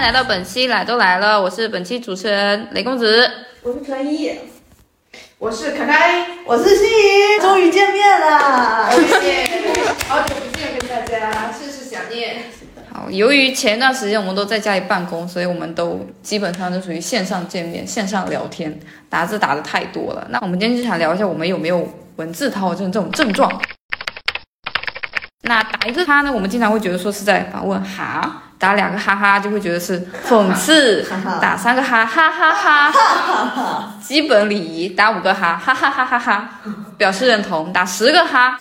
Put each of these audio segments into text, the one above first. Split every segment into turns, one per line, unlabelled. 来到本期来都来了，我是本期主持人雷公子。
我是可以，
我是凯凯，
我是心怡，终于见面了。
好久不见，跟大家甚是想念。
好，由于前一段时间我们都在家里办公，所以我们都基本上就属于线上见面、线上聊天，打字打的太多了。那我们今天就想聊一下，我们有没有文字套症这种症状？那打一个哈呢，我们经常会觉得说是在反问哈，打两个哈哈就会觉得是讽刺，
哈哈
打三个哈哈哈哈。基本礼仪，打五个哈，哈哈哈哈哈，表示认同；打十个哈，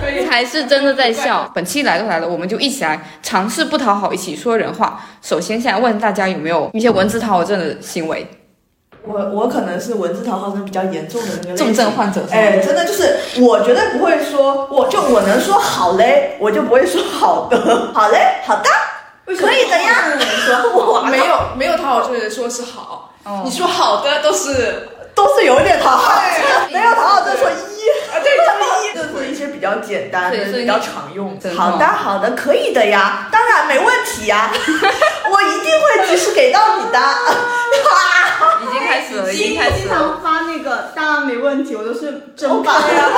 可以，
才是真的在笑。本期来都来了，我们就一起来尝试不讨好，一起说人话。首先，现在问大家有没有一些文字讨好症的行为？
我我可能是文字讨好症比较严重的那个类型
重症患者是吗
哎，真的就是，我绝对不会说，我就我能说好嘞，我就不会说好 的，好嘞，好的，可以的呀。你说我
没有没有讨好这个人说是好，
哦
你说好的都是
都是有一点讨好，没有讨好症说一，
啊，对，就是一
就是一些比较简单
对
的、
所以
比较常用
真。的
好的，好的，可以的呀，当然没问题 呀，我一定会及时给到你的。
已经开始了，已经
经
开始
经
了，
常发那个，当然没问题，我都是真
OK
发。
呀，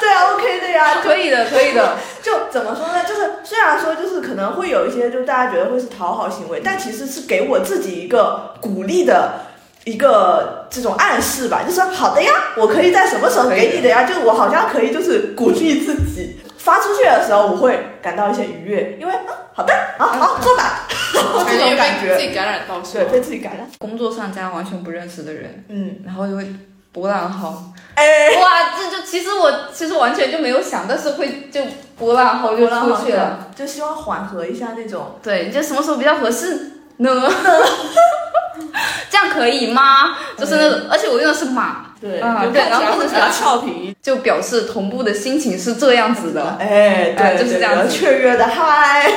对啊，OK 的呀，
可以的，可以的。
就怎么说呢？就是虽然说就是可能会有一些，就大家觉得会是讨好行为，但其实是给我自己一个鼓励的一个这种暗示吧，就说好的呀，我可以在什么时候给你的呀？就我好像可以就是鼓励自己发出去的时候，我会感到一些愉悦，因为、嗯、好的，好好
嗯
做吧，这种感
被自
觉，
己感染到是
对，
吧？
被自己感染，
工作上加完全不认识的人，
嗯，
然后就会波浪号。
哎，
哇，这就其实我其实完全就没有想，但是会就波浪号就出去了。，
就希望缓和一下那种，
对，你觉得什么时候比较合适 呢？这样可以吗？就是那种，而且我用的是马，
对
啊
就
对
看起
然后
来会比较俏皮，
就表示同步的心情是这样子的，
哎，
哎
对，
就是这
对
样
比较
子
雀跃的嗨。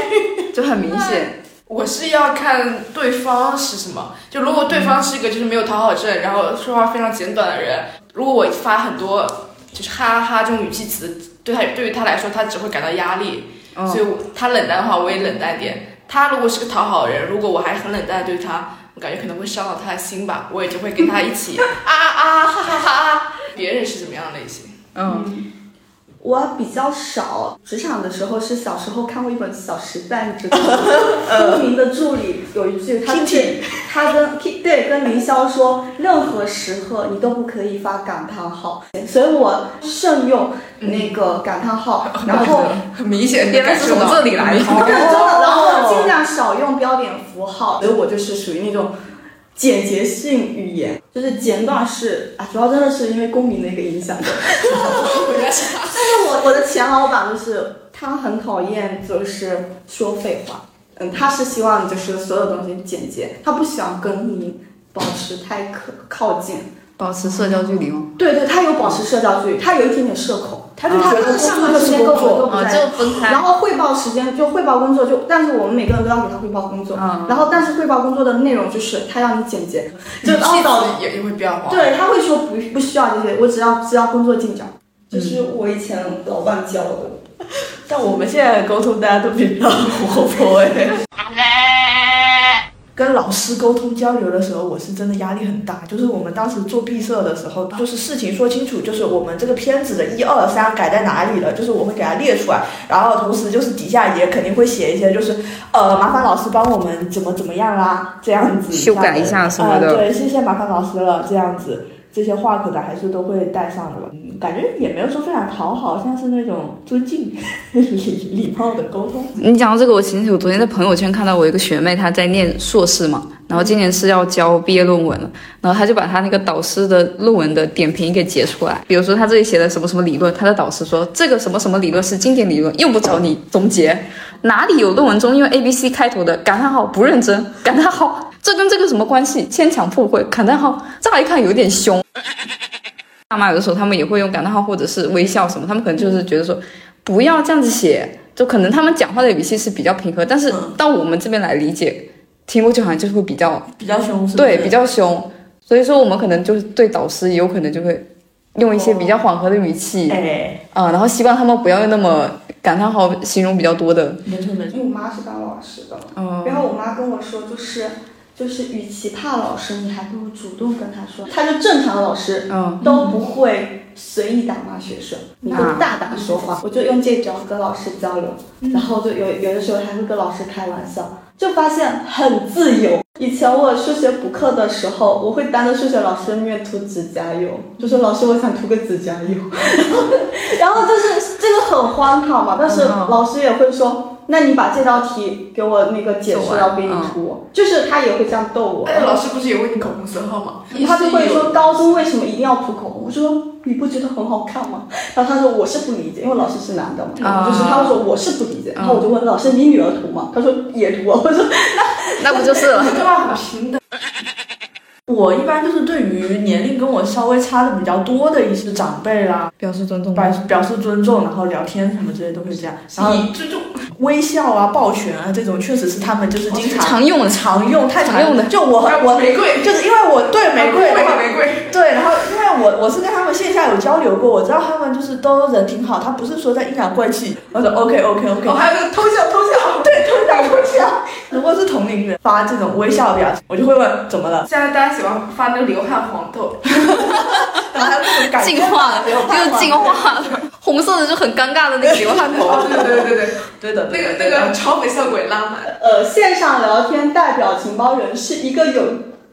就很明显。
我是要看对方是什么，就如果对方是一个就是没有讨好症，然后说话非常简短的人，如果我发很多就是哈哈这种语气词，对他对于他来说，他只会感到压力。所以
嗯，
我他冷淡的话，我也冷淡一点。他如果是个讨好人，如果我还很冷淡地对他，我感觉可能会伤到他的心吧，我也就会跟他一起 啊啊哈哈哈。别人是怎么样的类型？
嗯，
我比较少，职场的时候是小时候看过一本《小时代》，你 知道吗？
呃
著名的助理有一句，他对他跟对跟凌霄说，任何时刻你都不可以发感叹号，所以我慎用那个感 叹号，
哦
然后
很明显
地
原来
感
是
受
从
到
这里来的。
真的真的，然后尽量少用标点符号，所以我就是属于那种简洁性语言，就是简短式啊，主要真的是因为公民的一个影响。但
我觉得是他
是我我的前老板就是他很讨厌就是说废话，嗯，他是希望就是所有东西简洁，他不喜欢跟你保持太可靠近。
保持社交距离吗？
对对，他有保持社交距离，他有一点点社恐，他啊就觉得工
上
作
班
就
时
是
间
工
跟我
作，
啊，就分开
然。后汇报时间就汇报工作就，但是我们每个人都要给他汇报工作。
嗯
然后，但是汇报工作的内容就是他要你简洁，就
语
懊
气
恼。
词也也会变化。
对，他会说不不需要这些，我只要知道工作进展。
这是
我以前老板教的。
但我们现在的沟通大家都比较活泼哎。跟老师沟通交流的时候，我是真的压力很大。就是我们当时做毕设的时候，就是事情说清楚，就是我们这个片子的一二三改在哪里了，就是我会给它列出来。然后同时就是底下也肯定会写一些，就是呃，麻烦老师帮我们怎么怎么样啦，这样子
修改一下什么的
啊对，谢谢麻烦老师了，这样子。这些话可能还是都会带上的吧，嗯感觉也没有说非常讨好，像是那种尊敬、 礼礼貌的沟通。
你讲到这个，我其实我昨天在朋友圈看到我一个学妹，她在念硕士嘛，然后今年是要交毕业论文了，然后她就把她那个导师的论文的点评给截出来，比如说她这里写的什么什么理论，她的导师说这个什么什么理论是经典理论，用不着你总结，哪里有论文中用 A B C 开头的感叹号不认真感叹号，这跟这个什么关系？牵强附会感叹号，乍一看有点凶。爸妈有的时候他们也会用感叹号或者是微笑什么，他们可能就是觉得说不要这样子写，就可能他们讲话的语气是比较平和，但是到我们这边来理解，听过去好像就是会比较
比较凶是不是
对比较凶，所以说我们可能就是对导师也有可能就会用一些比较缓和的语气啊、
哎，
然后希望他们不要用那么感叹号形容比较多的，
没错没
因
错，
为我妈是当老师的，
嗯、
然后我妈跟我说，就是就是，与其怕老师，你还不如主动跟他说。他就正常老师
嗯，啊
都不会随意打骂学生，你就大胆说话。我就用这招跟老师交流，然后就有有的时候还会跟老师开玩笑，就发现很自由。以前我数学补课的时候，我会当着数学老师的面涂指甲油，就说老师我想涂个指甲油， 然后就是这个很荒唐嘛，但是
嗯
老师也会说，那你把这道题给我那个解释，
做完
然后给你
嗯
涂，就是他也会这样逗我。
哎，老师不是也问你口红色号吗？
他就会说高中为什么一定要涂口红？我说你不觉得很好看吗？然后他说我是不理解，因为老师是男的嘛，
啊
就是他会说我是不理解，
嗯
然后我就问老师你女儿涂吗？他说也涂啊，我说
那不就是了？
对话很平等。
我一般就是对于年龄跟我稍微差的比较多的一些长辈啦，
表示尊重吧
表表示尊重，然后聊天什么之类都会这样，然后
你这种
微笑啊、抱拳啊这种，确实是他们就是经常
常用的
常用、太常用的。就我
还有
我
玫瑰
就是因为我
啊
对玫瑰
玫瑰玫瑰，
对，然后因为我我是跟他们线下有交流过，我知道他们就是都人挺好，他不是说在阴阳怪气。我说 OK OK OK，、
哦，还有那个偷笑偷笑。
对，偷笑偷笑。如果是同龄人发这种微笑表情，我就会问怎么了，
现在大家喜欢发那个流汗黄豆，
然后他各种感
进化了，又进化了，红色的就很尴尬的那个流汗头，
哦，对对对对对，
对
那
的，对的
个那个朝北向鬼拉满，
呃，线上聊天代表情包人是一个有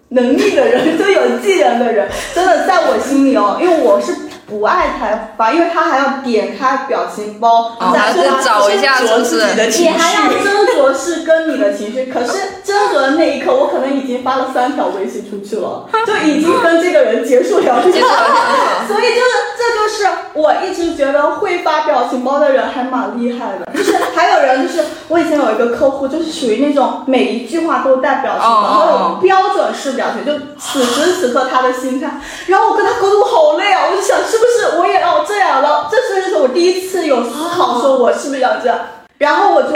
能力的人，就有技能的人，真的在我心里哦，因为我是。不爱开发，因为他还要点开表情包，
哦
再
还
说
是找一下是
斟酌
不
自己
是？
的
你
情
还要
绪。
斟酌是跟你的情绪， 可是斟酌的那一刻，我可能已经发了三条微信出去了，就已经跟这个人结束 聊天
结束了
了。
结束了
所以就是，这就是我一直觉得会发表情包的人还蛮厉害的。就是还有人就是，我以前有一个客户，就是属于那种每一句话都带表情包，
哦
然后有标准式表情，就此时此刻他的心态。然后我跟他沟通好累啊，我就想是不是我也要这样了？这是就是我第一次有思考，
哦
说我是不是要这样。然后我就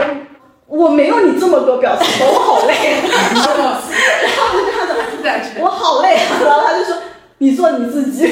我没有你这么多表情包，我好 累。啊然后我就看着
但是
我好累啊，然后他就说你做你自己。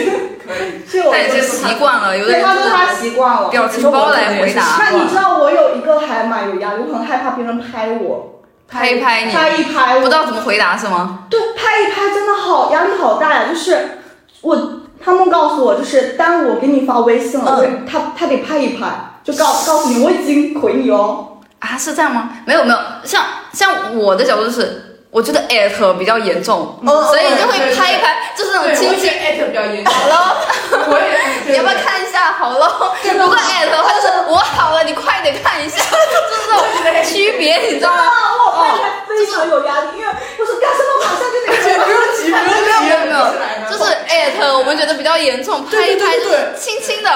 可以。
这我
他已经习惯了，有的
对，
人
他说他习惯了。
表情包来回答，
那你知道我有一个还蛮有压力，我很害怕别人拍我，
拍一拍哎你，
拍一拍
不
我
知，道怎么回答是吗？
对，拍一拍真的好压力好大呀！就是我，他们告诉我，就是当我给你发微信
嗯
了，我他他得拍一拍，就告告诉你我已经回你哦。
啊，是这样吗？没有没有，像像我的角度就是，我觉得艾特比较严重，
哦
所以就会
对对
拍一拍，就是那种
对，我
亲
觉
戚
得艾特比较 严重。
好喽，
我也
你要不要？看一下？好喽，不会艾特，他就是我好了，你快点看一下， 就是这种区别，你知道
啊，
吗？
我拍一拍非常有压力，因为我说干什么马上就得
对对对
回
不 用急，不用急，
没有没有
你来吧
就是艾特，我们觉得比较严重，拍一拍就是轻轻的，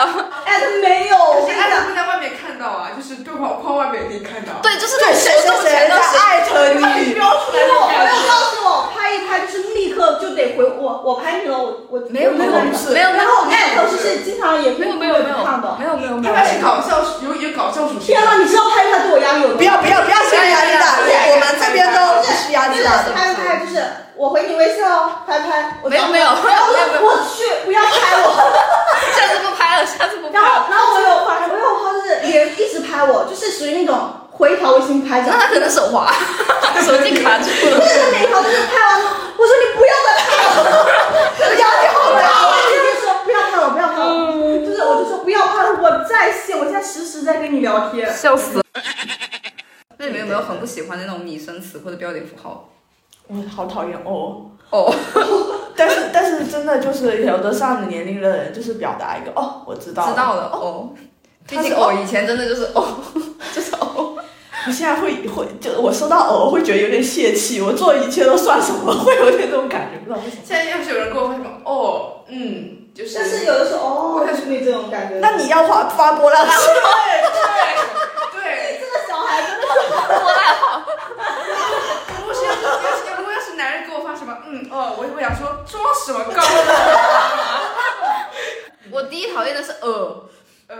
艾特哎没有，
可
我跟
是
你
艾
讲
特。会在外面看到啊，就是对话框外面也可以看到。呃
对，就是那
对，
种
谁
手动
谁谁
全都
在
是。
艾特
你
你？
标出
没
来
有，
的
没
感
有
觉。
告诉我拍一拍，就是立刻就得回我，我拍你了，我我
没有
我
没有
拍你
不是
没有没有
然后艾特就是经常也
没有没有没有
看到。
没有没有没
他
有，
开始搞笑，有有搞笑属性。
天哪，你知道拍一拍对我压力有多大？
不要不要不要需要压力大，我我们这边都不需要压力
就是
大的。
拍一拍，就是我回你微信哦，拍拍，我
没有没有
然后我我去，不要拍我。
下次不拍了，下次不拍
然
了。
后然后我有拍，我有拍就是也一直拍我，就是属于那种回一条微信拍着
那，他可能手滑， 手机卡住
不
了。
是他每一条都是拍完了，我说你不要再拍了，压力好大，我直接说不要拍了，不要拍了，就是我就说不要拍了，我在线，我现在实时在跟你聊天。
笑死了。 那你们有没有很不喜欢那种拟声词或者标点符号？
我好讨厌哦，
哦，
但是但是真的就是有的上了年龄的人，就是表达一个哦，我知道
知
了。
道了哦。毕
他是
竟哦，以前真的就是哦，就是哦。
我现在会会就我收到哦，我会觉得有点泄气，我做一切都算什么，会有点这种感觉，不知道为什么。
现在要是有人跟我发什么，哦，嗯，就是。
但是有的时候哦，就是你这种感觉。
那你要发发波浪线，
对对
这个小孩真的
对，如果是要是如果要是男人给我发什么，嗯哦，我我想说装什么高冷，
我第一讨厌的是呃，
呃，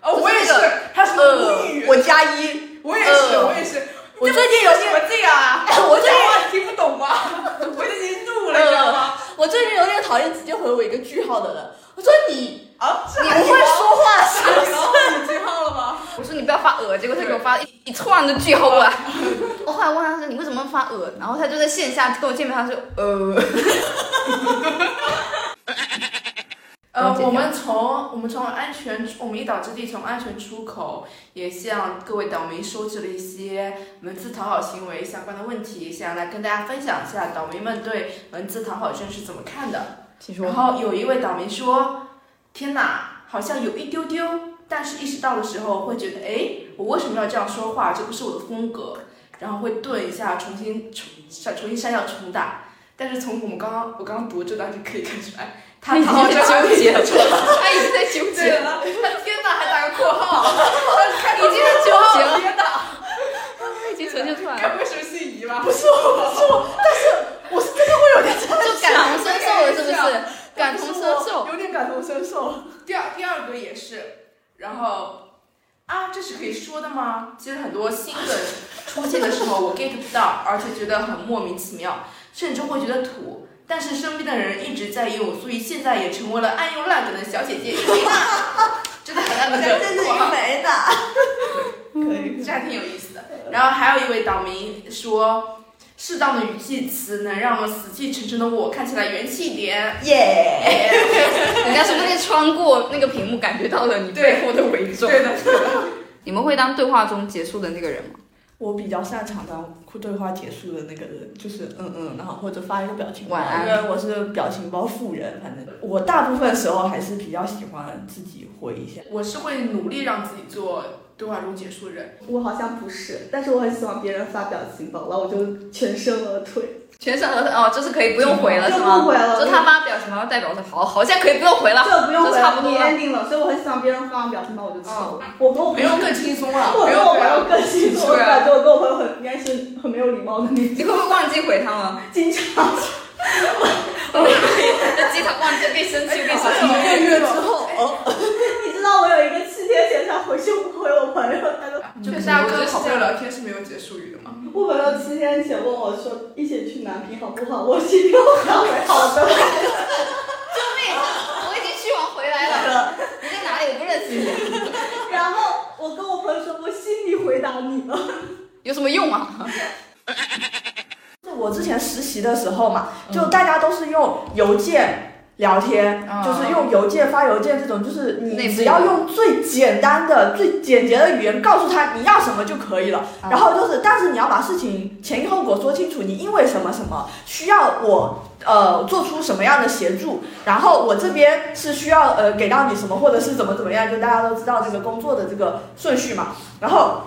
哦，我也是，他是母语，
我加一。
我也是，我也是，
我最近有
什么这样啊？呃
我最
讲话
近
听不
呃
懂吗？我已经怒了，你知道吗？
我最近有点讨厌直接回我一个句号的人。我
我说你
啊，这
你
还
不会
有吗
说话是
还
吧
有吗句号了吗？
我说你不要发呃，结果他给我发了一一串的句号过来。 我后来问他说你为什么发呃，然后他就在线下跟我见面，他说呃，
呃，
了解
我们从我们从安全，我们一岛之地从安全出口，也向各位岛民收集了一些文字讨好行为相关的问题，想来跟大家分享一下岛民们对文字讨好症是怎么看的。
其
然后有一位岛民说：“天哪，好像有一丢丢，但是意识到的时候会觉得，哎，我为什么要这样说话？这不是我的风格。”然后会顿一下，重新重删重新删掉重打。但是从我们刚刚我刚刚读这段就可以看出来， 他讨好症还没解除。
他已经在纠
对
结了，
了，他 天哪，还打个括号，他开头
已经在纠 结了
天哪，
他已经呈现出来
该
了，
不会是心仪吧
不？是我，不是我，但是我是真的会有点这样
就感同身受了，是不
我
是？感同身受，
有点感同身受。
第二第二个也是，然后啊，这是可以说的吗？其实很多新 梗出现的时候，我 get 不到，而且觉得很莫名其妙，甚至会觉得土。但是身边的人一直在用，所以现在也成为了爱用烂梗的小姐姐一 名啊，真的很烂梗，括号
没的，可以。
这还挺有意思的。然后还有一位岛民说，适当的语气词能让死气沉沉的我看起来元气一点。
耶！
人家说不定穿过那个屏幕感觉到了你背后的伪装。
对的，对的。
你们会当对话中结束的那个人吗？
我比较擅长当对话结束的那个人，就是嗯嗯，然后或者发一个表情包，
晚安
因为我是表情包富人，反正我大部分时候还是比较喜欢自己回一下。
我是会努力让自己做对话中结束的人。
我好像不是，但是我很喜欢别人发表情包，然后我就全身而退。
全身而退哦，就是可以不用回了，
就是不用
吗？
回了
就他发表情包代表着好，好像可以不用回了，
这不用回
这差不
了，
多
你
了。
ending 了，所以我很喜欢别人发完表情包我就走了。我跟我
没有更轻松 了，
我
没
跟
有
我
没
朋友
有。
更清楚，我
对啊
感觉我跟我朋友很应该是很没有礼貌的那种，
你会不会忘记回他吗？
经常
在机场忘记变生气，变生
一
气。
个月之后，哦，
你知道我有一个七天前才回去回我朋友，他说
就是大家跟好朋友聊天是没有结束语的嘛？
我朋友七天前问我说一起去南平好不好，我心里我想回好的，
救命！我已经去完回来了，你在哪里？我不认识你，
然后我跟我朋友说我心里回答你了，
有什么用啊？
就我之前实习的时候嘛，就大家都是用邮件。聊天
嗯
就是用邮件发邮件这种，就是
内
你
部
嗯只要用最简单的、最简洁的语言告诉他你要什么就可以了。
啊
然后就是，但是你要把事情前因后果说清楚，你因为什么什么需要我呃做出什么样的协助，然后我这边是需要呃给到你什么，或者是怎么怎么样，就大家都知道这个工作的这个顺序嘛。然后，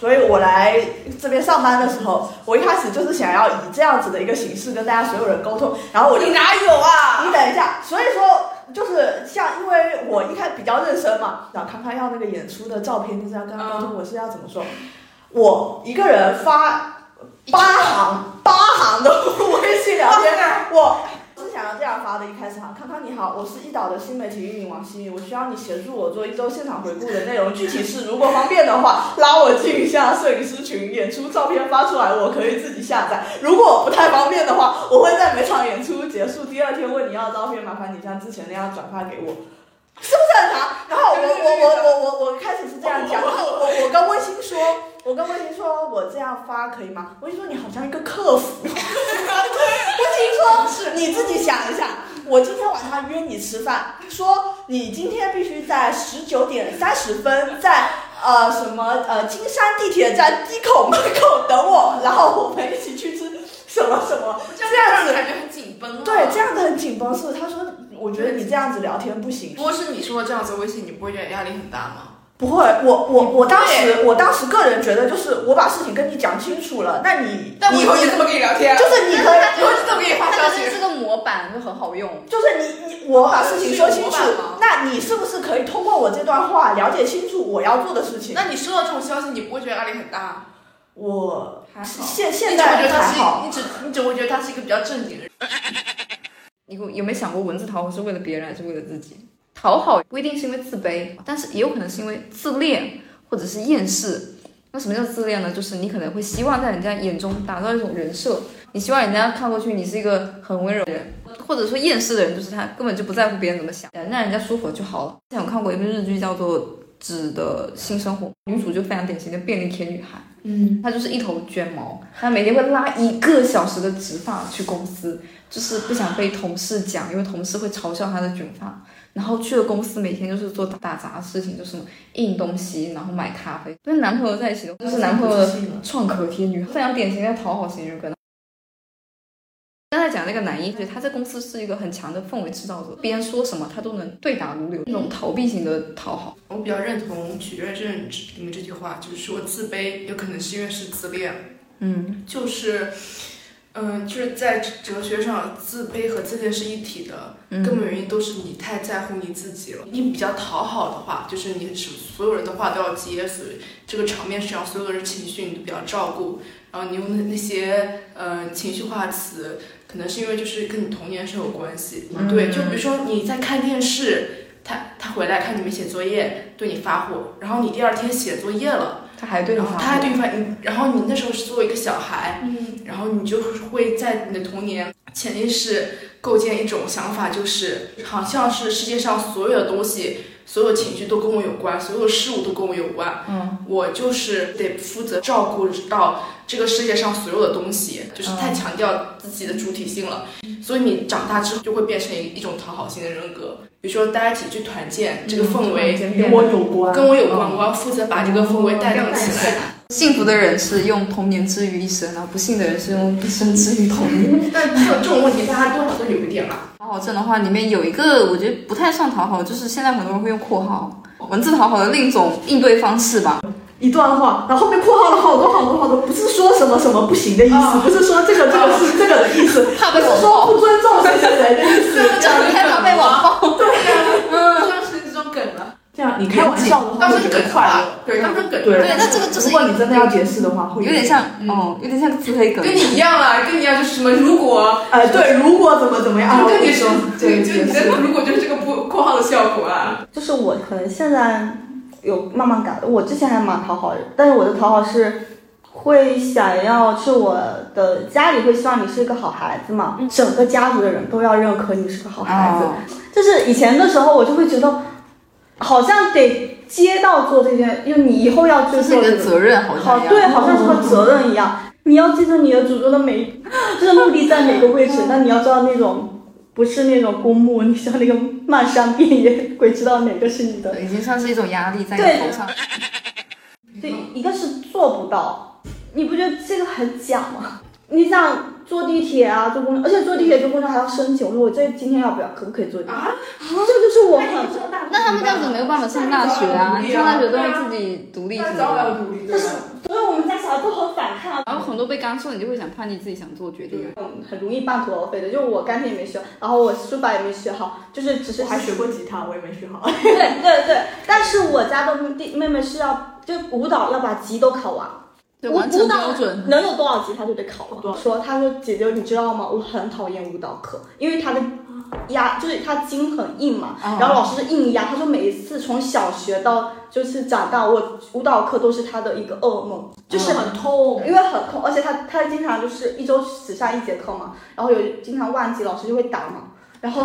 所以我来这边上班的时候，我一开始就是想要以这样子的一个形式跟大家所有人沟通，然后我就
你哪有啊？
你等一下，所以说就是像，因为我一开始比较认真嘛，然后康康要那个演出的照片，就是要跟他沟通我是要怎么说，我一个人发八行八行的 微信聊天，我。是想要这样发的，一开始哈，康康你好，我是一岛的新媒体运营王希云，我需要你协助我做一周现场回顾的内容，具体是如果方便的话，拉我进一下摄影师群，演出照片发出来，我可以自己下载。如果不太方便的话，我会在每场演出结束第二天问你要照片，麻烦你像之前那样转发给我。是不是很长？然后我我我我我我开始是这样讲， 然后我我跟温馨说，我跟温馨说我这样发可以吗？温馨说你好像一个客服，温馨说你自己想一想，我今天晚上约你吃饭，说你今天必须在十九点三十分在呃什么呃金山地铁站 D 口门口等我，然后我们一起去吃什么什么，
这
这样
样
子
感觉很紧绷啊。
对这。样子很紧绷是不是？他说我觉得你这样子聊天不行。
如果是你说这样子微信，你不会觉得压力很大吗？
不会，我我我当
你不
时我当时个人觉得就是我把事情跟你讲清楚了，那你
但我
你
以后就这么跟你聊天，啊
就是你可以，
以后就这么给你发
他
消
这
息。
是个模板，就很好用。
就是你你我把事情说清楚
是模板吗，
那你是不是可以通过我这段话了解清楚我要做的事 情？
那你收到这种消息，你不会觉得压力很大？
我
还好。
现现
你只会觉
在
得他
还
是
好，
一，你只你只会觉得他是一个比较正经的人。
你有有没有想过，文字讨好是为了别人还是为了自己？讨好不一定是因为自卑，但是也有可能是因为自恋或者是厌世。那什么叫自恋呢？就是你可能会希望在人家眼中打造一种人设，你希望人家看过去你是一个很温柔的人，或者说厌世的人，就是他根本就不在乎别人怎么想，让人家舒服就好了。之前我看过一部日剧叫做《纸的新生活》，女主就非常典型的便利贴女孩，
嗯，
她就是一头卷毛，她每天会拉一个小时的直发去公司，就是不想被同事讲，因为同事会嘲笑她的卷发。然后去了公司，每天就是做打杂的事情，就是什么印东西，然后买咖啡。跟男朋友在一起的，就是男朋友的创可贴女，非常典型的讨好型人格。刚才讲那个男一，对他在公司是一个很强的氛围制造者，别人说什么他都能对答如流，那种逃避型的讨好。
我比较认同取悦症这里面这句话，就是说自卑有可能是因为是自恋，
嗯，
就是，嗯、就是在哲学上，自卑和自恋是一体的，
嗯
根本原因都是你太在乎你自己了。你比较讨好的话，就是你是所有人的话都要接，所以这个场面是要所有人情绪你都比较照顾，然后你用的那些呃情绪化词，可能是因为就是跟你童年是有关系，
嗯
对，就比如说你在看电视。他他回来看你们写作业，对你发火，然后你第二天写作业了，
他还对
然
你
后他还
发
对你发，你然后你那时候是作为一个小孩，
嗯，
然后你就会在你的童年潜意识构建一种想法，就是好像是世界上所有的东西、所有情绪都跟我有关，所有事物都跟我有关。
嗯，
我就是得负责照顾到这个世界上所有的东西，就是太强调自己的主体性了。所以你长大之后就会变成一种讨好型的人格。比如说，大家一起去团建，这个氛围
与我有关。
跟我有关，我要负责把这个氛围带动起来。
幸福的人是用童年治愈一生，然后不幸的人是用一生治愈童年。
但这种这种问题，大家多少都有一点啦。
讨好症的话，里面有一个我觉得不太算讨好，就是现在很多人会用括号文字讨好的另一种应对方式吧。
一段话，然后后面括号了好多好多好多，不是说什么什么不行的意思，
啊
不是说这个这个是这个的意思，
怕
不
被
是
网
说
暴，
不尊重谁谁谁的 意思。
讲你害怕被网暴。
就是这种梗了，
这样你开玩笑的话
当
会
成
觉
梗
得快乐。
对，当成梗，
对
对，那这个就是
如果你真的要解释的话，会
有点像，哦，有点像自黑梗。
跟你一样啦，跟你一样就是什么，如果啊
呃，对，如果怎么怎么样，啊
就跟你
我
说，对，就你的如果就是这个括括号的效果啊，
就是我可能现在有慢慢改，我之前还蛮讨好人，但是我的讨好是会想要，是我的家里会希望你是一个好孩子嘛，整个家族的人都要认可你是个好孩子。
哦
就是以前的时候，我就会觉得好像得接到做这件，因为你以后要去
这是
做
你
这
的
个。
责任，好
好
像一，样。
对，好像是个责任一样。你要记住你的祖宗的每 一，就是墓地在哪个位置，那你要知道那种不是那种公墓，你像那个漫山遍野，鬼知道哪个是你的。
已经算是一种压力在你
对
头上。
对，一个是做不到，你不觉得这个很假吗？你想坐地铁啊，坐公交，而且坐地铁、坐公交还要申请，我说我这今天要不要，可不可以坐地铁？
啊，
这个就是我很
那他们这样子没有办法上大学啊，你上大学都要自己独立什
那
么
早晚
的。
要努力，对
但是
吧？，
所以我们家小孩都很反抗。
然后很多被干涉，你就会想叛逆自己想做决定。
嗯，很容易半途而废的，就是我钢琴也没学，然后我书法也没学好，就是只是
我还学过吉他，我也没学好。
对对对，但是我家的弟妹妹是要就舞蹈要把级都考完，
对，
我
完成
舞蹈
啊标准。
能有多少级她就得考
多
了。说她说姐姐你知道吗？我很讨厌舞蹈课，因为她的压就是她筋很硬嘛，
嗯
然后老师是硬压。她说每一次从小学到就是长大，我舞蹈课都是她的一个噩梦，就是很痛，因为很痛，而且她她经常就是一周只上一节课嘛，然后有经常忘记，老师就会打嘛，然后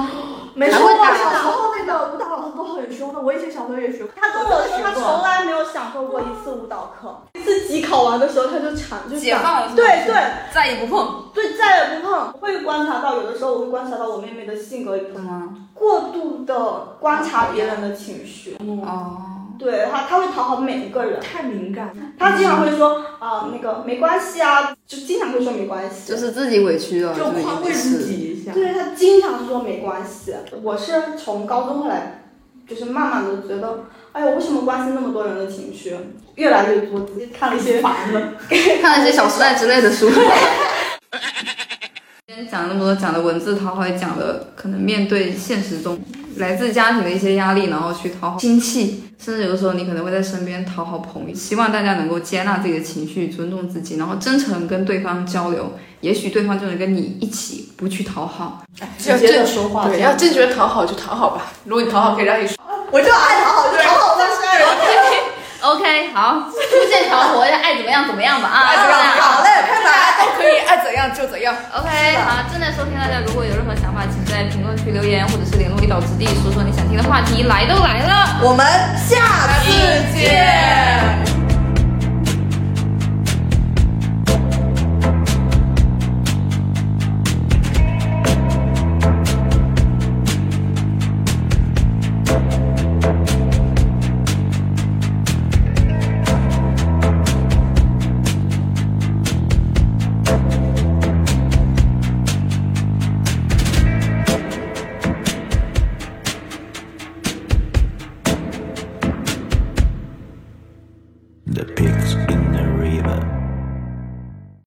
没
还
说
会
过，
打
小时候那个舞蹈老师都很凶的，我以前小时候也学过。
他跟我说，他从来没有享受过一次舞蹈课。自己考完的时候，他就抢，就
解放了是吧
抢，对对
再也不碰，
对，再也不碰。我会观察到，有的时候我会观察到我妹妹的性格
懂吗？
过度的观察别人的情绪，
哦，
对她，她会讨好每一个人。
太敏感了，
她经常会说啊、那个没关系啊，就经常会说没关系，
就是自己委屈了，
就
已
宽慰
经
自
是。
己一下。
对他经常说没关系。我是从高中后来，就是慢慢的觉得，哎呀，为什么关心那么多人的情绪？越来越多，自己看了一些
烦了，
看了一些《小时代》之类的 书。今天讲了那么多，讲的文字讨好，也讲了可能面对现实中来自家庭的一些压力，然后去讨好亲戚，甚至有的时候你可能会在身边讨好朋友。希望大家能够接纳自己的情绪，尊重自己，然后真诚跟对方交流，也许对方就能跟你一起不去讨好。
直接的说话。
对，
这
要
样
真觉得讨好就讨好吧，如果你讨好可以让你说，
我就爱讨好，就讨好但是爱人。
OK，好，出现条活，爱怎么样怎么样吧啊！啊
爱怎么样
好嘞，看来
大家都可以爱怎样就怎样。
OK，好，正在收听大家，如果有任何想法，请在评论区留言，或者是联络一岛之地，说说你想听的话题。来都来了，
我们下
下
次
次
见。
见。